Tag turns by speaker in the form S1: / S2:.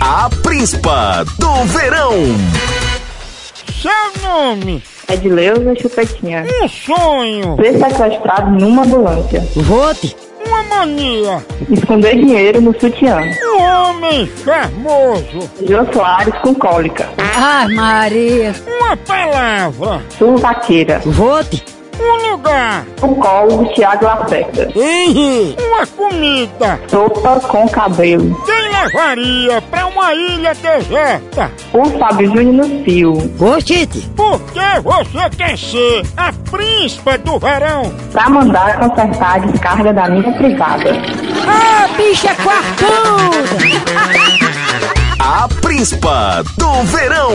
S1: A Príncipa do Verão.
S2: Seu nome,
S3: É Edileuza Chupetinha.
S2: um sonho,
S3: Ser sequestrado numa ambulância.
S4: Vote.
S2: uma mania,
S3: Esconder dinheiro no sutiã.
S2: um homem charmoso,
S3: Jô Soares com cólica.
S4: Ai, Maria.
S2: uma palavra,
S3: Suvaqueira.
S4: Vote.
S2: um lugar,
S3: O colo do Tiago Lacerda.
S4: Henri.
S2: uma comida.
S3: Sopa com cabelo.
S2: Quem levaria pra uma ilha deserta?
S3: O Fábio Júnior no fio.
S4: Gostite.
S2: Porque você quer ser a príncipa do verão?
S3: Pra mandar consertar a descarga da minha privada.
S4: Ah, bicha quartuda.
S1: A Príncipa do Verão.